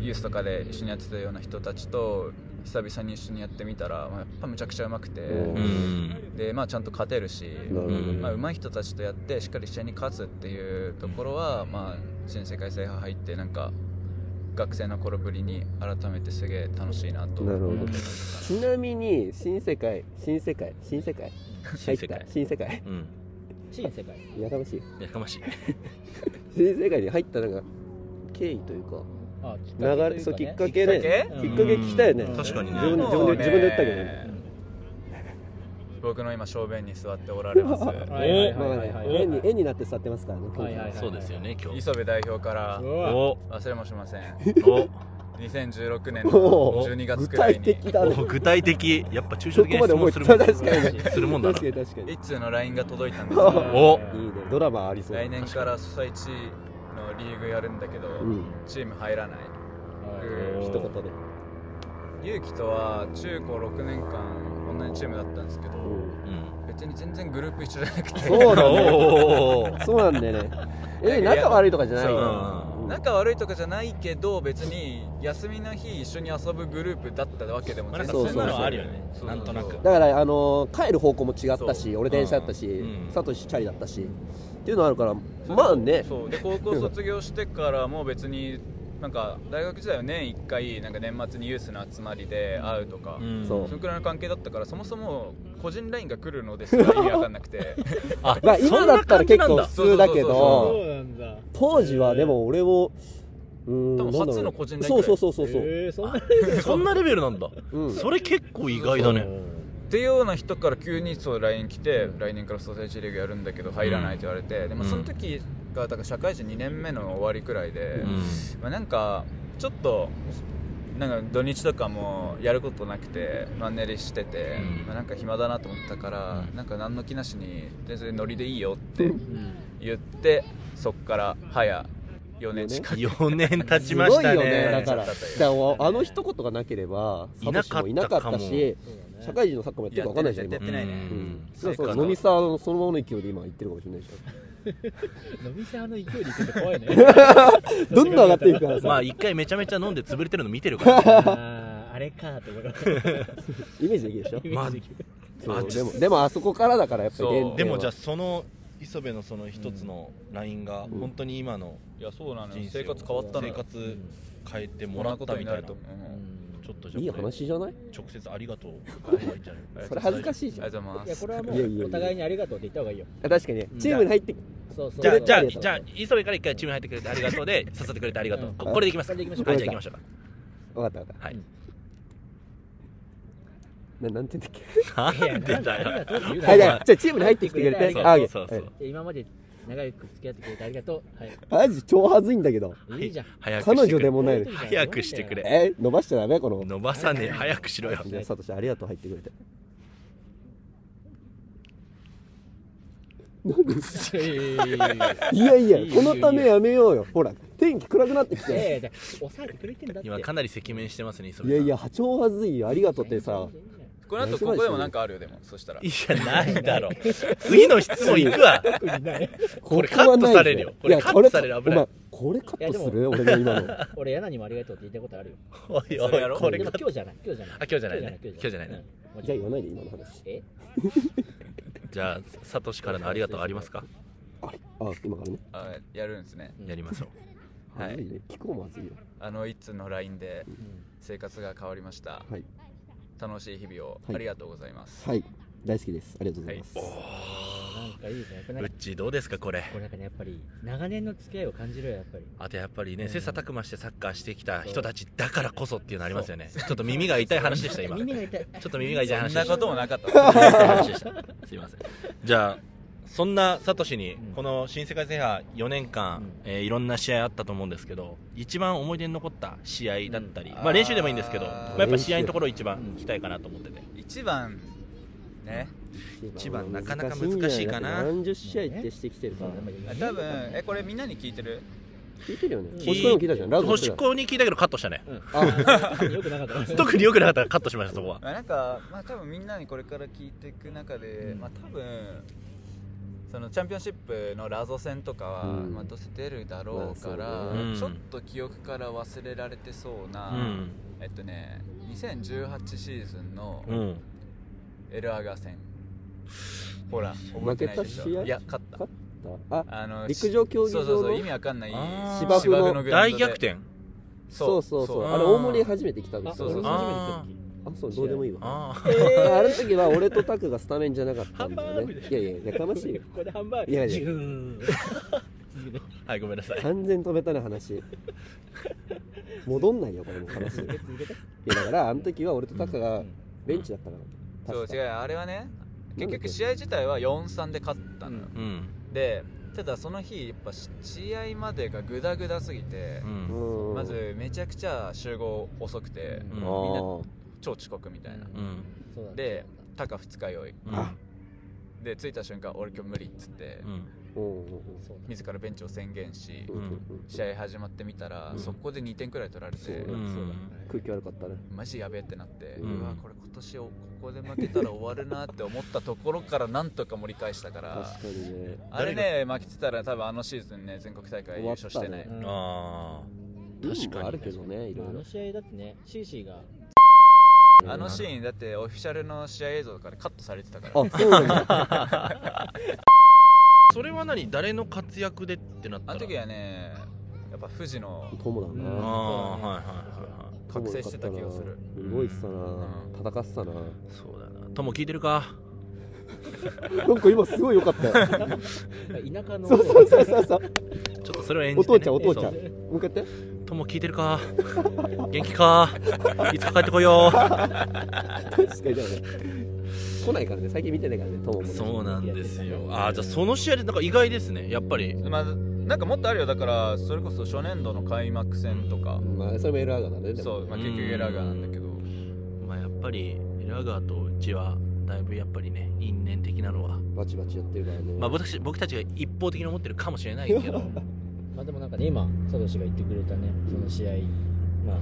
Speaker 6: ユースとかで一緒にやってたような人たちと久々に一緒にやってみたら、まあ、やっぱむちゃくちゃうまくて、
Speaker 4: う
Speaker 3: うん
Speaker 6: でまあ、ちゃんと勝てるし、
Speaker 4: なるほど
Speaker 3: うん
Speaker 6: まあ上手い人たちとやってしっかり試合に勝つっていうところは、まあ、新世界制覇入ってなんか学生の頃ぶりに改めてすげえ楽しいなと
Speaker 4: なるほど
Speaker 6: 思ってま
Speaker 4: ちなみに新世界新世界新世界入
Speaker 3: 新
Speaker 4: っ
Speaker 3: 世
Speaker 4: た
Speaker 3: 界
Speaker 4: 新世界
Speaker 3: うん
Speaker 5: 新世界
Speaker 4: やかましい
Speaker 3: やかましい
Speaker 4: 新世界に入ったなんか経緯というか
Speaker 5: あきっかけと
Speaker 4: 流
Speaker 5: い
Speaker 4: れ
Speaker 5: う
Speaker 4: そう
Speaker 5: か
Speaker 4: き
Speaker 5: ね
Speaker 4: っかけね
Speaker 6: きっ
Speaker 4: きっ
Speaker 6: か
Speaker 5: け
Speaker 4: かけ聞きたいよね
Speaker 5: うん
Speaker 3: 確かにね
Speaker 4: 自分で自分で自分で言ったけどね
Speaker 6: 僕の今正面に座っておられます
Speaker 1: はいはいはい
Speaker 4: まあ
Speaker 1: は
Speaker 4: ね
Speaker 1: い
Speaker 4: 円に円になって座ってますからね。今
Speaker 1: はいはい
Speaker 4: 回
Speaker 1: はい
Speaker 3: そうですよね今日
Speaker 6: 磯部代表から
Speaker 1: うわ
Speaker 3: お
Speaker 6: 忘れもしません
Speaker 3: お
Speaker 6: 2016年
Speaker 4: お
Speaker 6: の
Speaker 4: お
Speaker 6: 12月
Speaker 4: 具
Speaker 6: くらい
Speaker 4: 体
Speaker 6: に
Speaker 4: 的だね。
Speaker 3: お具体的やっぱ抽象
Speaker 4: そ
Speaker 3: 的
Speaker 4: こ
Speaker 3: な
Speaker 4: ま
Speaker 3: 質
Speaker 4: で思
Speaker 3: 問するもん
Speaker 4: いつかない
Speaker 3: だ
Speaker 4: ですからね。
Speaker 3: するもんだな
Speaker 4: 確かに確かに。い
Speaker 6: 一通の LINE が届いたんですよ
Speaker 3: お
Speaker 4: いね。ドラマありそう。
Speaker 6: 来年から主催地のリーグやるんだけど、
Speaker 4: うん。
Speaker 6: チーム入らない
Speaker 4: 一言で。
Speaker 6: 勇気とは中高6年間同じチームだったんですけど、
Speaker 4: うん
Speaker 3: うん
Speaker 6: 別に全然グループ一緒じゃなくて
Speaker 4: そうだね。
Speaker 3: おー
Speaker 4: そうなんだよね。え、仲悪いとかじゃない
Speaker 6: そう
Speaker 4: よ。うん
Speaker 6: 仲悪いとかじゃないけど別に休みの日一緒に遊ぶグループだったわけでも
Speaker 3: まあなん
Speaker 6: 全
Speaker 3: か
Speaker 6: 然
Speaker 4: そ
Speaker 3: そ
Speaker 4: うそうんそう
Speaker 3: なのあるよね
Speaker 6: そうそう
Speaker 3: なんとなく
Speaker 4: だから、あのー帰る方向も違った
Speaker 6: そ
Speaker 4: し、俺電車だったし
Speaker 3: うん、
Speaker 4: サトシチャリだったし、っていうのあるから、まあね、
Speaker 6: そうで高校卒業してからも別になんか大学時代は年1回なんか年末にユースの集まりで会うとか、
Speaker 3: ん
Speaker 4: そう
Speaker 6: そのくらいの関係だったからそもそも個人 LINE が来るのですら意味わかんなくて
Speaker 3: あ
Speaker 4: まあ今だったら結構普通だけ
Speaker 6: そ
Speaker 4: ど、
Speaker 1: そうなんだ
Speaker 4: 当時はでも俺も、うーん、
Speaker 6: 多分
Speaker 4: なんだろう
Speaker 6: 初の個人ライン
Speaker 4: そうそうそ
Speaker 1: そ
Speaker 4: うそうそう。
Speaker 1: えーそんな
Speaker 3: そんなレベルなんだ
Speaker 4: うん
Speaker 3: それ結構意外だね
Speaker 6: っていうような人から急にそう LINE 来て来年からソーセージリーグやるんだけど入らないって言われて、でも
Speaker 3: うん
Speaker 6: その時がだから社会人2年目の終わりくらいで、
Speaker 3: う
Speaker 6: まあ、なんかちょっとなんか土日とかもやることなくてマンネリしてて、
Speaker 3: うん
Speaker 6: まあ、なんか暇だなと思ったから、
Speaker 3: うん
Speaker 6: なんか何の気なしに全然ノリでいいよって言ってそっから早4年近く
Speaker 3: ん4年経ち
Speaker 4: す
Speaker 3: ま
Speaker 4: ご
Speaker 3: し
Speaker 4: い
Speaker 3: た
Speaker 4: よ
Speaker 3: ね
Speaker 4: ね、だから。
Speaker 6: ちょ
Speaker 4: だ
Speaker 6: っと
Speaker 4: からあの一言がなければ、
Speaker 3: い
Speaker 4: サ
Speaker 3: な
Speaker 4: トシ
Speaker 3: かったかも
Speaker 4: もいなかったし、社会人のサッカーもやってるか分かんないじゃん、
Speaker 6: や
Speaker 4: 今
Speaker 6: っ。てないね
Speaker 4: うん
Speaker 6: うん
Speaker 4: そうそう、飲みさのそのままの勢いで今言ってるかもしれないでし
Speaker 1: 飲み屋の勢いで行くと怖いね
Speaker 4: ょ。どんどん上がっていくから
Speaker 3: ま
Speaker 4: さ
Speaker 3: あ、一回めちゃめちゃ飲んで潰れてるの見てるからね
Speaker 1: あーあれかってこと
Speaker 4: イメージできるでしょ。
Speaker 3: まあ
Speaker 4: そ
Speaker 3: あ
Speaker 4: う
Speaker 3: ち
Speaker 4: で
Speaker 3: ょ
Speaker 4: もでもあそこからだからやっぱり
Speaker 6: そう
Speaker 4: 原点は
Speaker 3: でもじゃあその磯部のその一つのラインが本当に今の
Speaker 6: いやそうなのよ
Speaker 3: 人生
Speaker 6: 生
Speaker 3: を
Speaker 6: 活変わったの
Speaker 3: 生
Speaker 6: よ
Speaker 3: 活変えて
Speaker 6: こ
Speaker 3: も
Speaker 6: ん
Speaker 3: ら
Speaker 6: な
Speaker 3: っ
Speaker 6: こ
Speaker 3: た
Speaker 6: とに
Speaker 3: み
Speaker 6: な
Speaker 3: たい
Speaker 6: る
Speaker 3: な
Speaker 6: と思ううん
Speaker 3: ちょっとじゃあ
Speaker 4: いい話じゃない
Speaker 3: 直接ありがとう言っちゃうよ
Speaker 6: ありがとうございます
Speaker 4: それ恥ずかしいじ
Speaker 6: あり
Speaker 4: ゃん
Speaker 6: がとうございま
Speaker 1: いやこ
Speaker 6: す
Speaker 1: れはも
Speaker 4: いやいやいうや
Speaker 1: お互いにありがとうって言った方がいいよ
Speaker 4: あ確かにチームに入って
Speaker 1: そうそう
Speaker 3: じゃあ
Speaker 4: そう
Speaker 3: じゃあ
Speaker 4: そうそう
Speaker 3: じゃあ磯部から一回チームに入ってくれてありがとうで誘ってくれてありがとうここれでいきます
Speaker 1: こ
Speaker 3: か
Speaker 1: れでいきましょう
Speaker 3: はいじゃあいきましょう
Speaker 4: 分かった分かっ
Speaker 3: かはい
Speaker 4: たななんて言うんだっ
Speaker 3: なんでだ
Speaker 1: ありが
Speaker 3: よ
Speaker 1: とうって言う
Speaker 4: け
Speaker 1: なよ
Speaker 4: あいやじゃあチームに入ってきてくれ
Speaker 1: 入っててくれて
Speaker 4: あ
Speaker 3: そうそうそう
Speaker 4: はい
Speaker 1: で今まで長く付き合ってくれてありがとう。はい。
Speaker 4: マジ超恥ずいんだけど
Speaker 1: いいじゃん。
Speaker 3: 早くしてく
Speaker 4: 彼
Speaker 3: れ
Speaker 4: 女でもないのに
Speaker 3: 早くしてくれ
Speaker 4: え伸ばしちゃダメこの
Speaker 3: 伸ばさねえ早くしろよ
Speaker 4: じゃあサトシありがとう入ってくれていやいやこのためやめようよほら天気暗くなってきて
Speaker 1: ええじゃあ抑えてくれてんだって。
Speaker 3: 今かなり赤面してますね磯部
Speaker 4: い
Speaker 3: さ
Speaker 4: や
Speaker 3: ん
Speaker 4: いや超恥ずいよありがとうってさ
Speaker 6: この後ここでもなんかあるよでもそしたら
Speaker 3: いやないだろ次の質問いくわこれカットされるよ
Speaker 4: ここはない
Speaker 3: これカットされる
Speaker 4: いや
Speaker 3: 危ない
Speaker 4: これお前これカットする俺 の今の
Speaker 1: 俺柳もありがとうって言ったことあるよ。
Speaker 3: おいお
Speaker 6: それやろ
Speaker 3: いこれ
Speaker 1: でも
Speaker 3: カット
Speaker 1: 今日じゃない。今日じゃない。
Speaker 3: あ今日じゃないね今日じゃないね。
Speaker 1: うん
Speaker 4: じゃあ言わないで今の話
Speaker 1: え
Speaker 3: じゃあサトシからのありがとうありますか
Speaker 4: あ今からね
Speaker 6: あやるんですね
Speaker 3: やりましょう
Speaker 6: はい
Speaker 4: 恥ずね聞こうも恥ずいよ
Speaker 6: あの一通の LINE で生活が変わりました、
Speaker 4: はい
Speaker 6: 楽しい日々を
Speaker 4: はい
Speaker 6: ありがとうございます、
Speaker 4: はい大好きですありがとうございます、
Speaker 1: なんかいいですね。これな
Speaker 3: う
Speaker 1: ん
Speaker 3: っ
Speaker 1: か
Speaker 3: ちーどうですかこれ
Speaker 1: これなんかねやっぱり長年の付き合いを感じるよやっぱり。
Speaker 3: あとやっぱりね
Speaker 1: うん
Speaker 3: 切磋琢磨してサッカーしてきた人たちだからこそっていうのありますよねちょっと耳が痛い話でした今ち
Speaker 1: 耳が痛い。
Speaker 3: ょっと耳が痛い
Speaker 6: そ
Speaker 3: 話
Speaker 6: ん
Speaker 3: で
Speaker 6: な
Speaker 3: し
Speaker 6: こ
Speaker 3: た
Speaker 6: ともなかった
Speaker 3: 話でしたすいませんじゃあそんなサトシにこの新世界制覇4年間、
Speaker 1: うん
Speaker 3: えーいろんな試合あったと思うんですけど一番思い出に残った試合だったり、
Speaker 6: うん
Speaker 3: まあ練習でもいいんですけど
Speaker 6: あー
Speaker 3: まあ、やっぱ試合のところ一番聞きたいかなと思ってて、
Speaker 6: 一番ね
Speaker 3: 一番なかなか難しいかな
Speaker 4: 何十試合ってしてきてるから、
Speaker 6: 多分えこれみんなに聞いてる
Speaker 4: 聞いてるよね
Speaker 3: 聞い
Speaker 4: 星子にも聞いたじゃんラグビー
Speaker 3: 星子に聞いたけどカットしたね、
Speaker 1: うん。よくなかったです。
Speaker 3: 特に良くなかったらカットしましたそこは
Speaker 6: まあなんかまあ多分みんなにこれから聞いていく中で、まあ多分そのチャンピオンシップのラゾ戦とかは、
Speaker 4: うん
Speaker 6: まあどうせ出るだろうから、
Speaker 4: まあ
Speaker 3: そうね
Speaker 6: ちょっと記憶から忘れられてそうな、
Speaker 3: うん
Speaker 6: えっとね2018シーズンの
Speaker 3: うん
Speaker 6: エルアガ戦、ほら覚え
Speaker 4: 負
Speaker 6: て
Speaker 4: け
Speaker 6: ないで
Speaker 4: た
Speaker 6: し
Speaker 4: 試
Speaker 6: ょ
Speaker 4: 合
Speaker 6: いや勝った
Speaker 4: 勝ったあ
Speaker 6: あの
Speaker 4: 陸上競技場の
Speaker 6: そうそうそう意味わかんない
Speaker 3: あー
Speaker 6: 芝生
Speaker 4: 芝
Speaker 6: の
Speaker 4: 生の
Speaker 6: グラウ
Speaker 3: 大
Speaker 6: ンドで
Speaker 3: 逆転
Speaker 4: そうそうそう
Speaker 6: そう
Speaker 4: あれ大森初めて来たんで
Speaker 1: あ
Speaker 4: す
Speaker 6: そう
Speaker 4: よ
Speaker 6: そう
Speaker 1: 俺も初めて来た時。
Speaker 4: あそうどうでもいいわ
Speaker 3: あ
Speaker 4: え ーあの時は俺とタクがスタメンじゃなかったんだよねいやいややかましいよ
Speaker 1: ここでハンバーグ。
Speaker 4: いやいや
Speaker 1: ジューン。
Speaker 3: あ はいごめんなさい
Speaker 4: 完全飛べたね話戻んないよこれもう話いやだからあの時は俺とタカがベンチだったから
Speaker 6: そう
Speaker 4: 確か
Speaker 6: 違うあれはね結局試合自体は4-3で勝ったのよ、
Speaker 3: うん
Speaker 6: でただその日やっぱし試合までがグダグダすぎて
Speaker 3: う、ん
Speaker 4: うん
Speaker 6: まずめちゃくちゃ集合遅くて、
Speaker 3: うん
Speaker 4: あ
Speaker 6: みんな
Speaker 4: ー
Speaker 6: 超遅刻みたいな、
Speaker 3: うん
Speaker 1: そうだね
Speaker 6: で高二日酔い
Speaker 3: うん
Speaker 4: あ
Speaker 6: で着いた瞬間俺今日無理っつって、
Speaker 3: うん
Speaker 4: うん
Speaker 1: そうだね
Speaker 6: 自らベンチを宣言し、
Speaker 4: うんうん
Speaker 6: 試合始まってみたら、
Speaker 3: うん
Speaker 6: 速攻で2点くらい取られて、
Speaker 4: そうだ
Speaker 3: うん
Speaker 4: 空気悪かったね
Speaker 6: マジやべえってなって、
Speaker 3: う
Speaker 6: うんわこれ今年をここで負けたら終わるなって思ったところからなんとか盛り返したから
Speaker 4: 確かにね
Speaker 6: あれね負けてたら多分あのシーズンね全国大会優勝してない、
Speaker 4: 終
Speaker 1: うん
Speaker 3: あ
Speaker 4: 確かにあるけどねいろ
Speaker 1: まああ
Speaker 4: いろ
Speaker 1: の試合だってね、シーシーが
Speaker 6: あのシーンだってオフィシャルの試合映像とからカットされてたから
Speaker 4: あそうなんだ
Speaker 3: ーそれは何誰の活躍でってなったら
Speaker 6: あの時はねやっぱ富士の
Speaker 4: 友だ
Speaker 3: あ
Speaker 4: な
Speaker 3: あはいはいはいはい
Speaker 6: 覚醒してた気がする
Speaker 4: 動いてたな
Speaker 6: うん
Speaker 4: 戦って
Speaker 3: そう
Speaker 4: たな
Speaker 3: だな友聞いてるか
Speaker 4: なんか今すごい良かったよ
Speaker 1: 田舎の
Speaker 4: そうそうそうそうそう
Speaker 3: ちょっとそれを演じて、ね、
Speaker 4: お父ちゃんお父ちゃん
Speaker 3: そ
Speaker 4: 向けて
Speaker 3: う友聞いてる か元気かいつか帰ってこいよ
Speaker 4: 確かにだよね来ないからね最近見てないからね友もね
Speaker 3: そうなんですよああじゃあその試合でなんか意外ですねやっぱり
Speaker 6: まあなんかもっとあるよだからそれこそ初年度の開幕戦とか、
Speaker 4: まあそれもエラーガだねでも
Speaker 6: そう、まあ、結局エラーガーなんだけど
Speaker 3: まあやっぱりラガーとうちはだいぶやっぱりね因縁的なのは
Speaker 4: バチバチやってるからね
Speaker 3: まあ私僕たちが一方的に思ってるかもしれないけ ど
Speaker 1: まあでもなんかね、今、サトシが言ってくれたね、その試合、まあ、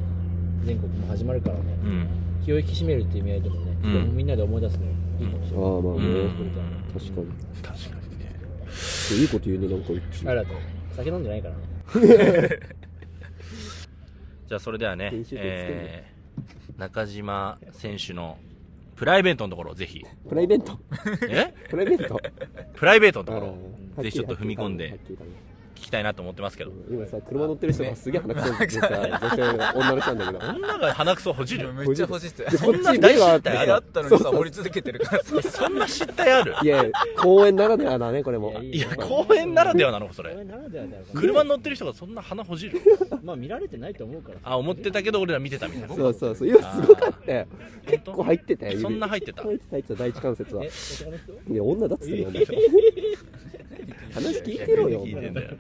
Speaker 1: 全国も始まるからね、
Speaker 3: うん
Speaker 1: 気を引き締めるっていう意味合いでもね、
Speaker 3: うん
Speaker 1: でもみんなで思い出すのいいかもし
Speaker 4: あ
Speaker 1: れない。
Speaker 4: ーまあ
Speaker 3: う
Speaker 4: ね
Speaker 3: ん
Speaker 4: 確かに
Speaker 3: 確かにね
Speaker 4: いいこと言うねなんか一
Speaker 1: あらと、酒飲んでないからね。
Speaker 3: じゃあそれではね
Speaker 4: 編集、点つけんな
Speaker 3: えー中島選手のプライベートのところをぜ ひ
Speaker 4: プライベート
Speaker 3: え
Speaker 4: プライベート
Speaker 3: プライベートのとこ
Speaker 4: あー
Speaker 3: ろ
Speaker 4: は
Speaker 3: を
Speaker 4: きり
Speaker 3: ぜひちょっと踏み込んで
Speaker 4: はっきり言う
Speaker 3: 聞きたいなと思ってますけど
Speaker 4: からね今さ車乗ってる人がすげえ鼻くそってさ女性の女の人なんだけど
Speaker 3: 女が鼻くそほじる
Speaker 6: めっちゃほじって
Speaker 4: こっち
Speaker 3: 大
Speaker 4: 目
Speaker 3: 失
Speaker 4: はあって
Speaker 3: 態
Speaker 6: あ
Speaker 3: あ
Speaker 6: れあ
Speaker 4: さ
Speaker 6: ったのにさ掘り続けてるからさ
Speaker 3: そんな失態ある
Speaker 4: いやいや公園ならではだねこれも
Speaker 3: いや公園ならではなのそ
Speaker 1: こ
Speaker 3: れ
Speaker 1: れならではだよ。
Speaker 3: 車に乗ってる人がそんな鼻ほじる
Speaker 1: まあ見られてないと思うからさ。
Speaker 3: あ思ってたけど俺ら見てたみたいな
Speaker 4: そうそうそう今すごかったよ
Speaker 3: 結
Speaker 4: こう入ってたよ指
Speaker 3: そんな入ってた
Speaker 4: 入ってた入ってた第一関節は
Speaker 1: え、男の人
Speaker 4: いや女だっつってんのお前話聞いてろよお
Speaker 3: 聞いてんだ
Speaker 4: 前
Speaker 3: よ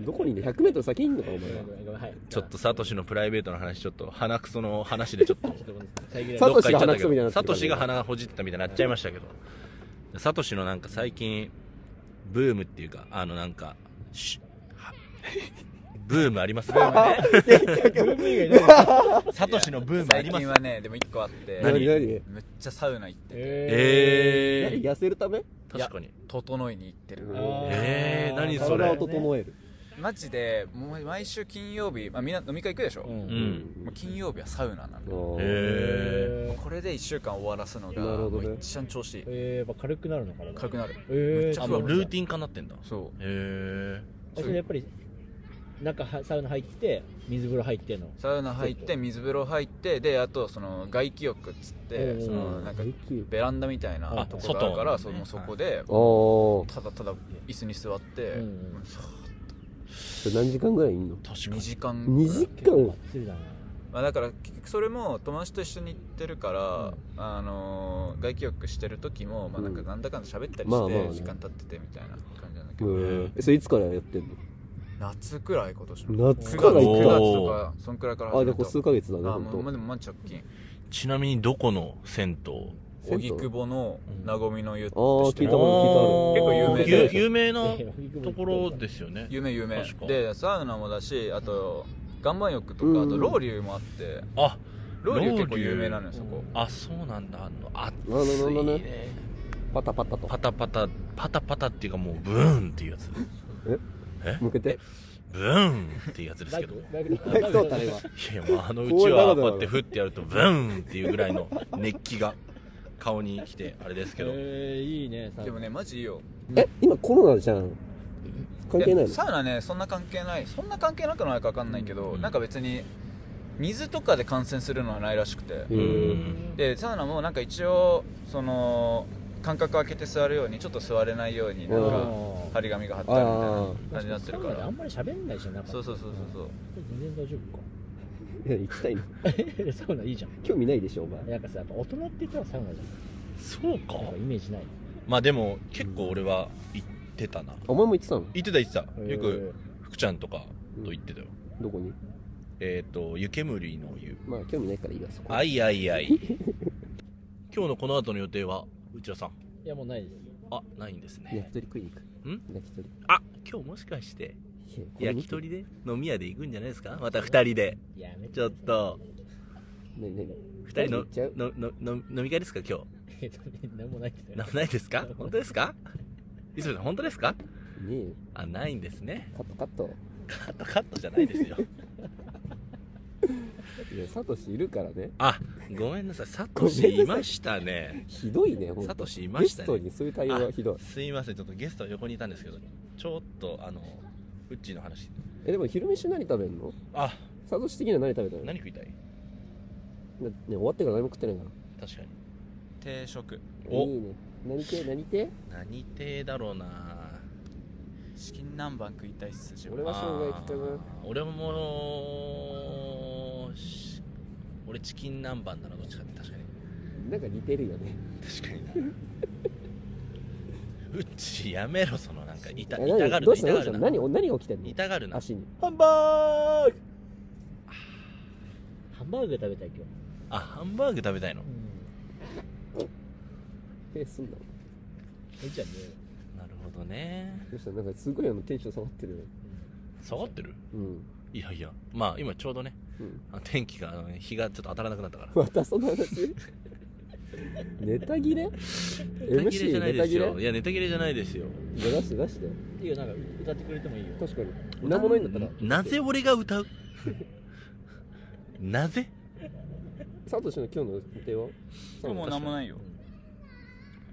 Speaker 4: どこにいんの 100m 先にいんのかお前
Speaker 1: ごめ
Speaker 4: は
Speaker 1: んごめんごめんはい。
Speaker 3: ちょっとサトシのプライベートの話ちょっと鼻くその話でちょっと
Speaker 1: ちょっとごめんなさい遮られ
Speaker 4: サ
Speaker 1: て
Speaker 3: サ
Speaker 4: トシが鼻くそみたいになってるからね
Speaker 3: トシが鼻ほじってたみたいになっちゃいましたけどサトシのなんか最近ブームっていうかあのなんかしはブームあり ますサトシのブームあ
Speaker 6: 最
Speaker 3: ります
Speaker 6: 近はねでも1個あって
Speaker 4: 何何
Speaker 6: めっちゃサウナ行ってて
Speaker 3: え
Speaker 4: 何痩せるため
Speaker 3: ー、確かに
Speaker 6: 整いに行ってる
Speaker 4: うん
Speaker 3: えー、何そ
Speaker 4: 体を
Speaker 3: れ
Speaker 4: 整える
Speaker 6: マジでもう毎週金曜日、まあ、みんな飲み会行くでしょ、
Speaker 1: うん
Speaker 3: うん
Speaker 6: もう金曜日はサウナなんだよ
Speaker 4: あー
Speaker 3: え
Speaker 1: え
Speaker 6: これで1週間終わらすのが
Speaker 4: なるほど
Speaker 6: も
Speaker 4: ね
Speaker 6: う一番調子いい
Speaker 1: ーえー、まあ軽くなるのかな。
Speaker 6: 軽くなるめ
Speaker 1: え
Speaker 6: っち
Speaker 3: ー、
Speaker 6: ゃ
Speaker 3: あ
Speaker 6: ふわ
Speaker 3: も
Speaker 6: ふ
Speaker 3: う
Speaker 6: わ
Speaker 3: ルーティン化になってんだ
Speaker 6: そ
Speaker 3: え
Speaker 1: えそれやっぱり中はサウナ入って水風呂入っての
Speaker 6: うサウナ入って水風呂入ってであとその外気浴っつって、
Speaker 1: うん
Speaker 6: そのなんかベランダみたいな
Speaker 3: あ
Speaker 6: ところがあるから
Speaker 3: 外
Speaker 6: そ
Speaker 3: の
Speaker 6: う
Speaker 3: ね
Speaker 6: もうそこで
Speaker 4: あー
Speaker 6: ただただ椅子に座って、
Speaker 1: うんうん
Speaker 4: それ何時間ぐらいいんの
Speaker 3: ー、確か
Speaker 6: 2
Speaker 3: に
Speaker 6: 時間
Speaker 4: 2時間
Speaker 1: 釣りだな
Speaker 6: まあ、だから結局それも友達と一緒に行ってるから、あのー外気浴してる時も、まあ、なんか
Speaker 4: うん
Speaker 6: なんだかんだ喋ったり
Speaker 4: まあ
Speaker 6: し
Speaker 4: まあね
Speaker 6: て時間経っててみたいな感じなんだけ
Speaker 4: う
Speaker 6: ど、
Speaker 4: んえそれいつからやってん
Speaker 6: 夏くらい今年の
Speaker 4: の夏から行
Speaker 6: 9
Speaker 4: く
Speaker 6: 月
Speaker 4: か
Speaker 6: とかそんくらいから
Speaker 4: あじゃあこう数ヶ月だね
Speaker 6: あもうまあ
Speaker 4: 本
Speaker 6: でもまあ直近
Speaker 3: ちなみにどこの銭湯
Speaker 4: 当
Speaker 6: 荻窪の和みの湯って
Speaker 4: あー
Speaker 6: 知っ
Speaker 4: 聞
Speaker 6: て
Speaker 4: い
Speaker 6: る
Speaker 4: たこと
Speaker 6: ある結構有名だよ
Speaker 3: ゆ有 名なと
Speaker 1: と
Speaker 3: ころですよね
Speaker 6: 有名有名
Speaker 3: 確か
Speaker 6: でサウナもだしあと岩盤浴と
Speaker 4: う
Speaker 6: か
Speaker 4: ん
Speaker 6: あとロウリュもあって
Speaker 3: あ
Speaker 6: ロウリュ結
Speaker 3: ロ
Speaker 6: 構
Speaker 3: ウリュ
Speaker 6: 有名なのよそこ
Speaker 3: あそうなんだあの
Speaker 4: なるほ
Speaker 3: 熱
Speaker 4: ど
Speaker 3: い
Speaker 4: ね
Speaker 3: ね
Speaker 4: パタパタと
Speaker 3: パタパタパタパタっていうかもうブーンっていうやつ
Speaker 4: 向けて
Speaker 3: ブーンっていうやつです
Speaker 1: バ
Speaker 3: け
Speaker 1: イ
Speaker 3: ど
Speaker 1: ク
Speaker 3: い
Speaker 1: バイク
Speaker 4: 早く通ったね今
Speaker 3: やいやもうあのうちはこうやってフってやるとブーンっていうぐらいの熱気が顔に来てあれですけど
Speaker 1: えー、いいねサウナ
Speaker 6: でもねマジいいよ
Speaker 4: え今コロナじゃん関係ないの
Speaker 6: やサウナねそんな関係ないそんな関係なくないか分かんないけど、
Speaker 3: うん
Speaker 6: なんか別に水とかで感染するのはないらしくて、
Speaker 4: う
Speaker 3: うんん
Speaker 6: でサウナもなんか一応その間隔空けて座るようにちょっと座れないようになんか
Speaker 1: あ
Speaker 6: 張り紙が貼ってあるみたいな
Speaker 4: あ
Speaker 6: 感じになって
Speaker 1: サ
Speaker 6: るか
Speaker 1: ウナで
Speaker 6: ら
Speaker 1: あんまり喋んないじゃんなんか
Speaker 6: そうそうそうそう
Speaker 1: 全然大丈夫か
Speaker 4: あいや行きたい な
Speaker 1: サウナいいじゃん
Speaker 4: 興味ないでしょお前
Speaker 1: なんかさやっぱ大人って言ったらサウナじゃん
Speaker 3: そうか
Speaker 1: なんかイメージない
Speaker 3: まあでも結構俺は行ってたな
Speaker 4: お前も言ってたの
Speaker 3: 行ってた行ってた
Speaker 1: へー
Speaker 3: よく福ちゃんとかと行ってたよ、
Speaker 4: どこに
Speaker 3: えっ、と湯煙の湯
Speaker 4: まあ興味ないからいいわそこ
Speaker 3: あいあい あい今日のこの後の予定は内田さん
Speaker 1: いやもうないです
Speaker 3: あないんですね
Speaker 4: 焼き鳥食いに行く
Speaker 3: ん
Speaker 4: 焼き鳥
Speaker 3: あ今日もしかして
Speaker 4: いや
Speaker 3: 焼き鳥で飲み屋で行くんじゃないですかまた2人で
Speaker 1: やめて
Speaker 3: ちょっと
Speaker 4: ねねね
Speaker 3: 2人
Speaker 4: 行っちゃう
Speaker 3: のののの飲み会ですか今日
Speaker 1: えっとね何もないって
Speaker 3: なないです か本当ですか磯部さん本当ですか
Speaker 4: ねえ
Speaker 3: あないんですね
Speaker 4: カットカット
Speaker 3: カットカットじゃないですよ
Speaker 4: いやサトシいるからね
Speaker 3: あごめんなさいサトシいましたね
Speaker 4: ひどいねほん
Speaker 3: サ
Speaker 4: と
Speaker 3: トシいま
Speaker 4: ゲ
Speaker 3: し
Speaker 4: ス
Speaker 3: た
Speaker 4: ト
Speaker 3: ね
Speaker 4: にそういう対応はひどい
Speaker 3: あすいませんちょっとゲストは横にいたんですけどちょっとあのウッチーの話
Speaker 4: えでも昼飯何食べんの
Speaker 3: あ
Speaker 4: サトシ的には何食べたのね
Speaker 3: 何食いたい
Speaker 4: ね終わってから何も食ってないから
Speaker 3: 確かに
Speaker 6: 定食
Speaker 3: お
Speaker 4: いいね何系何系
Speaker 3: 何亭だろうな
Speaker 6: チキン南蛮食いたいっす自
Speaker 4: 俺
Speaker 6: 分
Speaker 4: は生姜焼きか
Speaker 3: あー俺もし俺チキン南蛮だなどっちかって確かに
Speaker 4: ななんか似てるよね
Speaker 3: 確かになうっちやめろそのなんか痛痛
Speaker 4: え何
Speaker 3: がるな
Speaker 4: どうした
Speaker 3: 痛
Speaker 4: ど
Speaker 3: が
Speaker 4: うした
Speaker 3: るな
Speaker 4: 何何が起きてんの
Speaker 3: 痛がるな
Speaker 4: 足に
Speaker 3: ハンバーグ
Speaker 1: ハンバーグ食べたい今日
Speaker 3: あハンバーグ食べたいの
Speaker 4: えすんだ
Speaker 1: えじゃね
Speaker 3: なるほどね
Speaker 4: どうしたなんかすごいあのテンション下がってるよね
Speaker 3: 下がってる
Speaker 4: うん
Speaker 3: いやいやまあ今ちょうどね
Speaker 4: うん
Speaker 3: あの天気があのね日がちょっと当たらなくなったから
Speaker 4: またその話ネタ切れ
Speaker 3: ネタ切れじゃ
Speaker 4: ?MC
Speaker 3: ない
Speaker 4: ネ
Speaker 3: で
Speaker 4: タ
Speaker 3: す
Speaker 4: 切れ
Speaker 3: よいやネタ切れじゃないですよ
Speaker 4: じゃ出して出して
Speaker 1: えいいよなんか歌ってくれてもいいよ
Speaker 4: 確かに何もないんだったら
Speaker 3: なぜ俺が歌う なぜ
Speaker 4: サトシの今日の予定は
Speaker 6: 今日もう何もないよ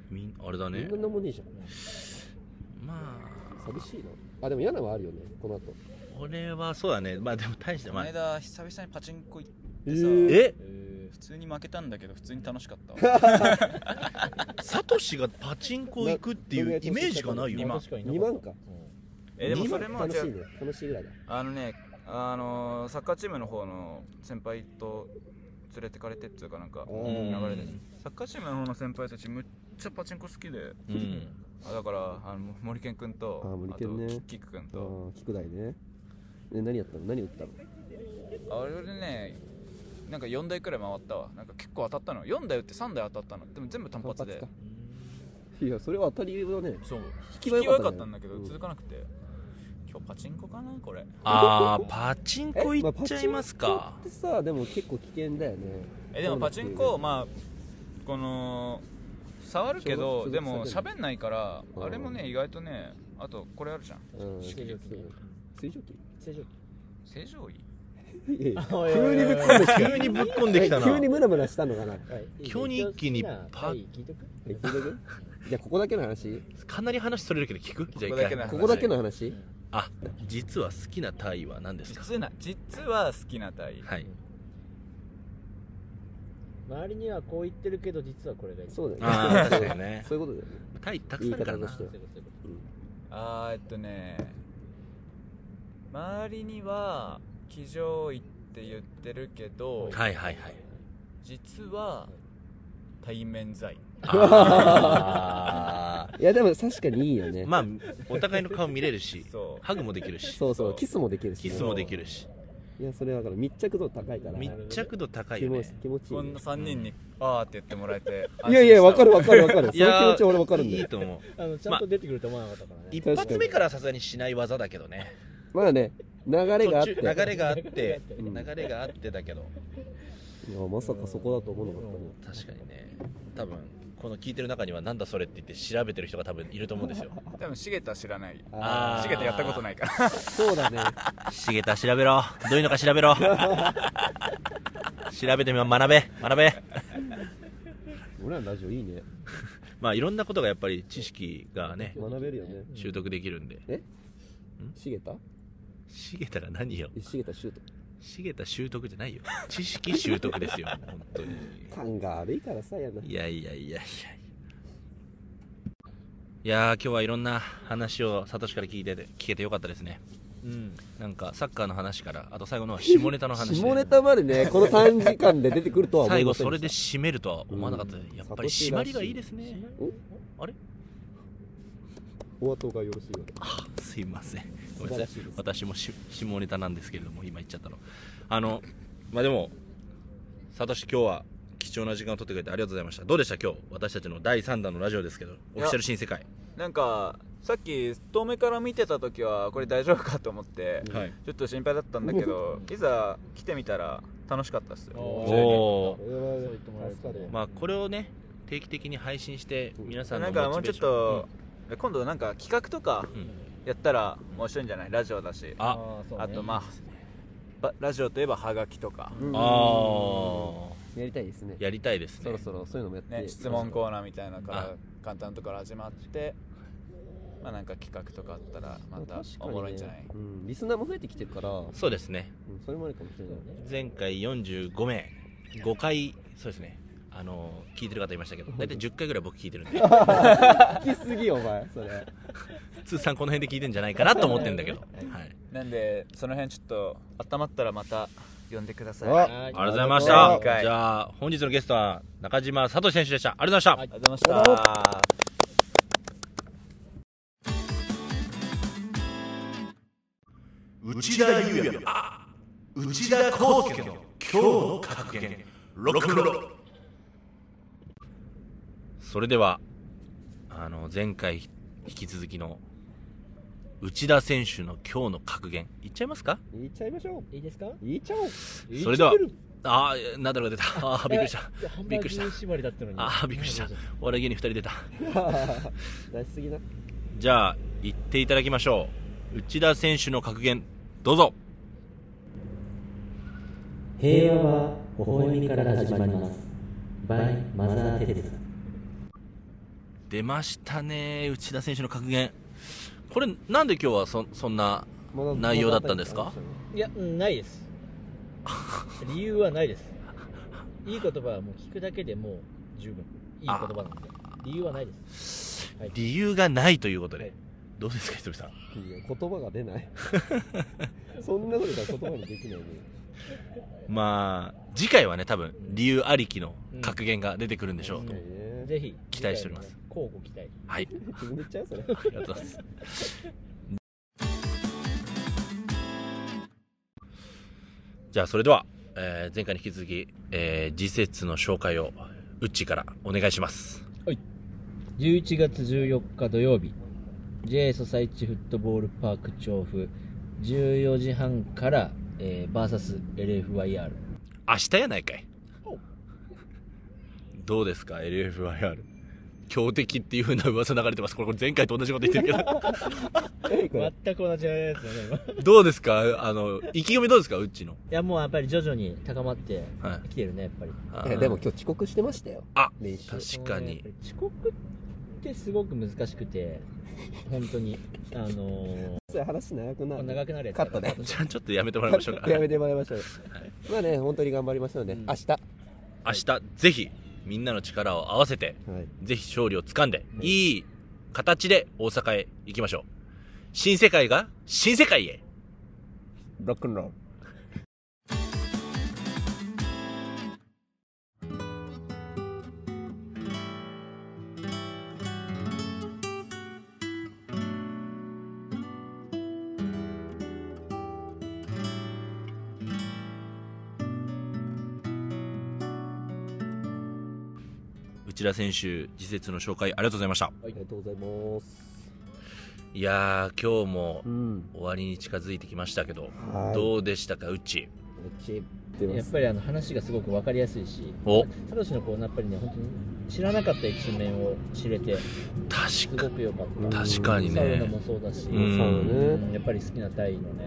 Speaker 3: みんあれだ
Speaker 4: みん
Speaker 3: ね
Speaker 4: な何もねえじゃん
Speaker 3: ま
Speaker 4: 寂しいなあでも嫌なのはあるよねこの後
Speaker 3: あ俺はそうだねまあでも大して
Speaker 6: こ
Speaker 3: ま
Speaker 6: の
Speaker 3: あ
Speaker 6: 間久々にパチンコ行って
Speaker 4: え
Speaker 6: さ、
Speaker 4: ー
Speaker 3: え
Speaker 6: 普通に負けたんだけど普通に楽しかっ たわ
Speaker 3: サトシがパチンコ行くっていうイメージがないよ
Speaker 6: 今
Speaker 1: 確かに
Speaker 4: 2万か
Speaker 6: えでも
Speaker 4: 二
Speaker 6: そ
Speaker 4: 万
Speaker 6: れも
Speaker 4: 楽しい
Speaker 6: 違
Speaker 4: ね
Speaker 6: う
Speaker 4: 楽しいぐらいだ
Speaker 6: あのねあのーサッカーチームの方の先輩と連れてかれてっていうかなんか
Speaker 4: う
Speaker 6: 流
Speaker 4: ん
Speaker 6: れでサッカーチームの方の先輩たちむっちゃパチンコ好きで
Speaker 3: うん
Speaker 6: あだからあの森健君と
Speaker 4: あー森健ね
Speaker 6: あとキック君
Speaker 4: あ
Speaker 6: と
Speaker 4: あ菊大ねね何やったの何打ったの
Speaker 6: あ俺ねなんか4台くらい回ったわなんか結構当たったの4台打って3台当たったのでも全部単発で
Speaker 4: 単かいやそれは当たりだね
Speaker 6: そう
Speaker 4: 引
Speaker 6: 引きは良か
Speaker 4: ね
Speaker 6: ったんだけど
Speaker 4: う
Speaker 6: 続かなくて今日パチンコかなこれ
Speaker 3: あーパチン
Speaker 4: え
Speaker 3: コ行っちゃいますか
Speaker 4: あパチンコってさでも結構危険だよね
Speaker 6: えでもパチンコまあこの触るけ
Speaker 4: ちょ
Speaker 6: ど
Speaker 4: うど
Speaker 6: でも
Speaker 4: ちょうど
Speaker 6: 喋んないから
Speaker 4: うん
Speaker 6: あれもね意外とねあとこれあるじゃん
Speaker 4: うん
Speaker 1: 水蒸気ね
Speaker 4: 水蒸気
Speaker 1: 正常
Speaker 6: 正常位
Speaker 4: いやいや
Speaker 1: おいおいお
Speaker 4: 急
Speaker 1: い
Speaker 4: にぶっ込んできた
Speaker 3: 急にぶっ込んできたな
Speaker 4: 急にムラムラしたのかな
Speaker 1: はいいい
Speaker 3: 急に一気にパ
Speaker 1: はい聞いとく
Speaker 4: え聞いてくじゃあここだけの話
Speaker 3: かなり話それるけど聞くじゃあ
Speaker 6: ここだ
Speaker 3: 一
Speaker 6: けの
Speaker 3: 回
Speaker 6: 話
Speaker 4: ここだけの話
Speaker 3: あ実は好きなタイは何ですか
Speaker 6: 実な実は好きな体
Speaker 3: はい
Speaker 1: 周りにはこう言ってるけど実はこれがいい
Speaker 4: そうだよね
Speaker 3: ああ確かにね
Speaker 4: そういうことだよね
Speaker 3: タイたく
Speaker 4: 言
Speaker 3: さ
Speaker 4: い
Speaker 3: んあるから
Speaker 4: 方と
Speaker 3: な
Speaker 4: しては
Speaker 1: そういうことそういうこ
Speaker 6: あーえっとね周りには騎乗位って言ってるけど
Speaker 3: はいはいは い
Speaker 6: 実は対面罪
Speaker 3: あ
Speaker 4: いやでも確かにいいよね
Speaker 3: ーまあお互いの顔見れるし
Speaker 6: そう
Speaker 3: ハグもできるし
Speaker 4: そうそうキスもできるし
Speaker 3: キ
Speaker 4: ね
Speaker 3: スもできるし
Speaker 4: いやそれはだから密着度高いから
Speaker 3: 密着度高い
Speaker 4: 気
Speaker 3: よ
Speaker 4: 持
Speaker 3: ね
Speaker 4: ち気持ちい
Speaker 6: こ
Speaker 4: い
Speaker 6: ん
Speaker 4: ね
Speaker 6: な3人にあーって言ってもらえて
Speaker 4: いやいやわか
Speaker 6: る
Speaker 4: るわかるわかるその
Speaker 3: い
Speaker 4: 気
Speaker 3: やー
Speaker 4: 持ち俺わかるんだ
Speaker 3: いい
Speaker 4: よ
Speaker 3: と思う
Speaker 1: とあのちゃんと出てくると思わなかったからね
Speaker 3: 一発目からさすがにしない技だけどね
Speaker 4: まあね流れがあっ
Speaker 3: 途
Speaker 4: て
Speaker 3: 中流れがあっ
Speaker 1: 流れがあって
Speaker 3: て
Speaker 4: うん
Speaker 3: 流れがあってだけど
Speaker 4: いやまさかそこだと思わなかったね
Speaker 3: 確かにね多分この聞いてる中にはなんだそれって言って調べてる人が多分いると思うんですよ
Speaker 6: 多分茂田知らない
Speaker 3: あー
Speaker 6: 茂田やったことないから
Speaker 4: そうだね
Speaker 3: 茂田調べろどういうのか調べろ調べてみよう学べ学べ
Speaker 4: 俺らのラジオいいね
Speaker 3: まあいろんなことがやっぱり知識がね
Speaker 4: 学べるよね
Speaker 3: 習得できるんで
Speaker 4: 茂田
Speaker 3: 茂田が何よ
Speaker 4: え茂田シュート
Speaker 3: 茂田習得じゃないよ知識習得ですよ本当に
Speaker 4: 感が悪いからさやない
Speaker 3: やいやいやいやいやいやー今日はいろんな話をサトシから聞いてて聞けてよかったですね
Speaker 1: うん
Speaker 3: なんかサッカーの話からあと最後のは下ネタの話で
Speaker 4: 下ネタまでねこの短時間で出てくるとは思い
Speaker 3: 最
Speaker 4: ま
Speaker 3: 後
Speaker 4: せん
Speaker 3: それで
Speaker 4: し
Speaker 3: 締めるとは思わなかった、
Speaker 4: うん
Speaker 3: やっぱり締まりがいいですね
Speaker 4: たうん
Speaker 3: あれ
Speaker 4: お後がよろしいようで
Speaker 3: あすいませんごめんなさい私もし下ネタなんですけれども今言っちゃったのあのまあでもサトシ今日は貴重な時間を取ってくれてありがとうございましたどうでした今日私たちの第3弾のラジオですけどオフィシャル新世界
Speaker 6: なんかさっき遠目から見てた時はこれ大丈夫かと思って、
Speaker 3: はい
Speaker 6: ちょっと心配だったんだけどいざ来てみたら楽しかったっすよ
Speaker 1: お
Speaker 6: 普通に
Speaker 3: お
Speaker 4: これは助かる
Speaker 3: まあこれをね定期的に配信して皆さんの
Speaker 6: なんかも
Speaker 3: モ
Speaker 6: う
Speaker 3: チベ
Speaker 6: ちょ
Speaker 3: ーショ
Speaker 6: っ
Speaker 3: ン
Speaker 6: と、今度なんか企画とか
Speaker 3: うん
Speaker 6: やったら面白いんじゃないラジオだしあ
Speaker 3: あ
Speaker 6: とまあばラジオといえばハガキとか、
Speaker 4: うん
Speaker 3: あ
Speaker 4: やりたいですね
Speaker 3: ーやりたいですね
Speaker 4: そろそろそういうのもやって
Speaker 6: ね、質問
Speaker 4: こ
Speaker 6: コーナーみたいなのか
Speaker 3: あ
Speaker 6: ら簡単なところ始まってまあなんか企画とかあったらまたおもろいんじゃない、
Speaker 4: うん、リスナーも増えてきてるから、うん、
Speaker 3: そうですね
Speaker 4: それもあるかもしれないね
Speaker 3: 前回45名5回そうですねあの聞いてる方いましたけど大体10回ぐらい僕聞いてるんで
Speaker 4: 聞きすぎよお前それ
Speaker 3: 通算この辺で聞いてんじゃないかなと思ってんだけど、はい、
Speaker 6: なんでその辺ちょっと温まったらまた呼んでください
Speaker 4: あ
Speaker 3: あ
Speaker 6: あ
Speaker 1: はい
Speaker 3: りがとうございまし
Speaker 6: あ
Speaker 3: た
Speaker 6: りがとうございます
Speaker 3: じゃあ本日のゲストは中島聡選手でしたありがとうございました、
Speaker 1: はい
Speaker 6: りがとうございました
Speaker 2: 内田裕也あ内田康介の今日の格言ロックンロール
Speaker 3: それではあの前回引き続きの内田選手の今日の格言いっちゃいますか
Speaker 4: 言っちゃいましょ
Speaker 1: いいですか
Speaker 4: う言っちゃおう
Speaker 3: それではあーナダルが出た あーびっくりしたびっくりした
Speaker 1: ハンバーグ縛りだったのに
Speaker 3: あーびっくりしたお笑い芸人2人出た
Speaker 4: 出しすぎな
Speaker 3: じゃあ言っていただきましょう内田選手の格言どうぞ
Speaker 7: 平和は微笑みから始まります。by マザー・テレサ。
Speaker 3: 出ましたね内田選手の格言これなんで今日はそそんな内容だったんですか
Speaker 1: いやうんないです 理由はないですいい言葉はもう聞くだけでもう十分いい言葉なんで理由はないです
Speaker 3: 理由がないということでどうですかひとみさん
Speaker 4: いや言葉が出ない そんなことが言葉にできないね
Speaker 3: まあ次回はね多分理由ありきの格言が出てくるんでしょう、
Speaker 4: 確かにね
Speaker 1: ぜひ
Speaker 3: 期待しております
Speaker 1: 次回もね乞うご期待
Speaker 3: はい
Speaker 4: 自分で言っちゃうそれ
Speaker 3: ありがとうございますじゃあそれでは、えー前回に引き続き、えー、次節の紹介をウッチーからお願いします
Speaker 1: 11月14日土曜日 J ソサイチフットボールパーク調布14時半から、えー、VSLFYR
Speaker 3: 明日やないかいどうですか LFIR 強敵っていうふうな噂流れてますこれこれ前回と同じこと言ってるけ ど
Speaker 4: 何これ
Speaker 1: 全く同じやつだね今い
Speaker 3: どうですかあの意気込みどうですかウッチーの
Speaker 1: やもうやっぱり徐々に高まって
Speaker 3: はい
Speaker 1: きてるねやっぱり
Speaker 3: あ
Speaker 4: い
Speaker 3: ー
Speaker 4: やでも今日遅刻してましたよ
Speaker 3: あ
Speaker 4: 練習
Speaker 3: 確かに
Speaker 1: やっぱり遅刻ってすごく難しくて本当にあの
Speaker 4: それ話長くな
Speaker 1: ー、
Speaker 4: る
Speaker 1: 長くなるやつ
Speaker 4: カットね
Speaker 3: じゃあちょっとやめてもらい
Speaker 4: や
Speaker 3: ましょうか
Speaker 4: めてもらいましょうまあね本当に頑張りましたので
Speaker 1: うん
Speaker 4: 明日は
Speaker 3: 明日ぜひみんなの力を合わせて
Speaker 4: い
Speaker 3: ぜひ勝利を掴んで、いい形で大阪へ行きましょう。新世界が新世界へ。
Speaker 4: ロックンロール
Speaker 3: 内田選手、次節の紹介ありがとうございました。
Speaker 4: ありがとうございます
Speaker 3: いやー、今日も
Speaker 4: うん
Speaker 3: 終わりに近づいてきましたけど、
Speaker 4: はい
Speaker 3: どうでしたか、うち。
Speaker 4: うち出ま
Speaker 1: やっ
Speaker 4: す
Speaker 1: ぱりあの話がすごく分かりやすいし
Speaker 3: お
Speaker 1: サトシのこうやっぱりね本当に知らなかった一面を知れてす
Speaker 3: 確
Speaker 1: ご
Speaker 3: か、
Speaker 1: く良かった
Speaker 3: 確かに
Speaker 1: サウナ
Speaker 3: ね
Speaker 1: も。そうだし、
Speaker 3: う
Speaker 4: そ
Speaker 3: ん
Speaker 4: うね
Speaker 1: うんやっぱり好きなタイのね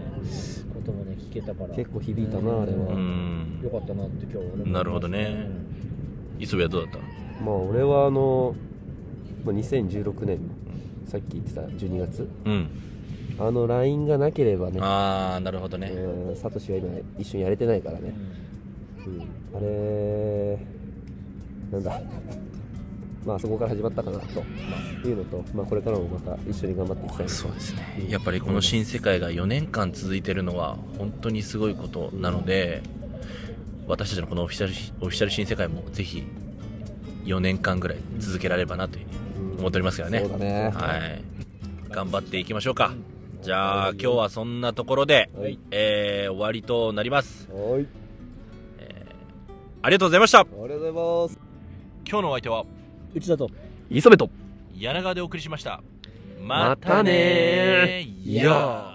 Speaker 1: こともね聞けたから
Speaker 4: 結構響いたなあれは
Speaker 3: う
Speaker 1: うん
Speaker 3: ん。
Speaker 1: よかったなって今日俺も思います
Speaker 3: なるほどね磯部はどうだっ
Speaker 4: まあ俺はあのまあ2016年さっき言ってた12月
Speaker 3: たうん。
Speaker 4: あの LINE がなければね
Speaker 3: あー、なるほどね。
Speaker 4: うんサトシは今一緒にやれてないからね、うんあれなんだ まあそこから始まったかなというのと、まあ、これからもまた一緒に頑張っていきたいな
Speaker 3: そうですね。やっぱりこの新世界が4年間続いてるのは本当にすごいことなので、私たちのこのオフィシャル、オフィシャル新世界もぜひ4年間ぐらい続けられればなというふうに思っておりますからね。
Speaker 4: そうだね
Speaker 3: はい。頑張っていきましょうかじゃあ今日はそんなところで、
Speaker 4: はい
Speaker 3: えー終わりとなります
Speaker 4: はいあり
Speaker 3: ありがとうございました
Speaker 4: がとうございます
Speaker 3: 今日のお相手は
Speaker 5: うちだと
Speaker 4: 磯部と
Speaker 3: 柳川でお送りしました。
Speaker 4: ま
Speaker 3: また
Speaker 4: たね
Speaker 3: ねー。いやー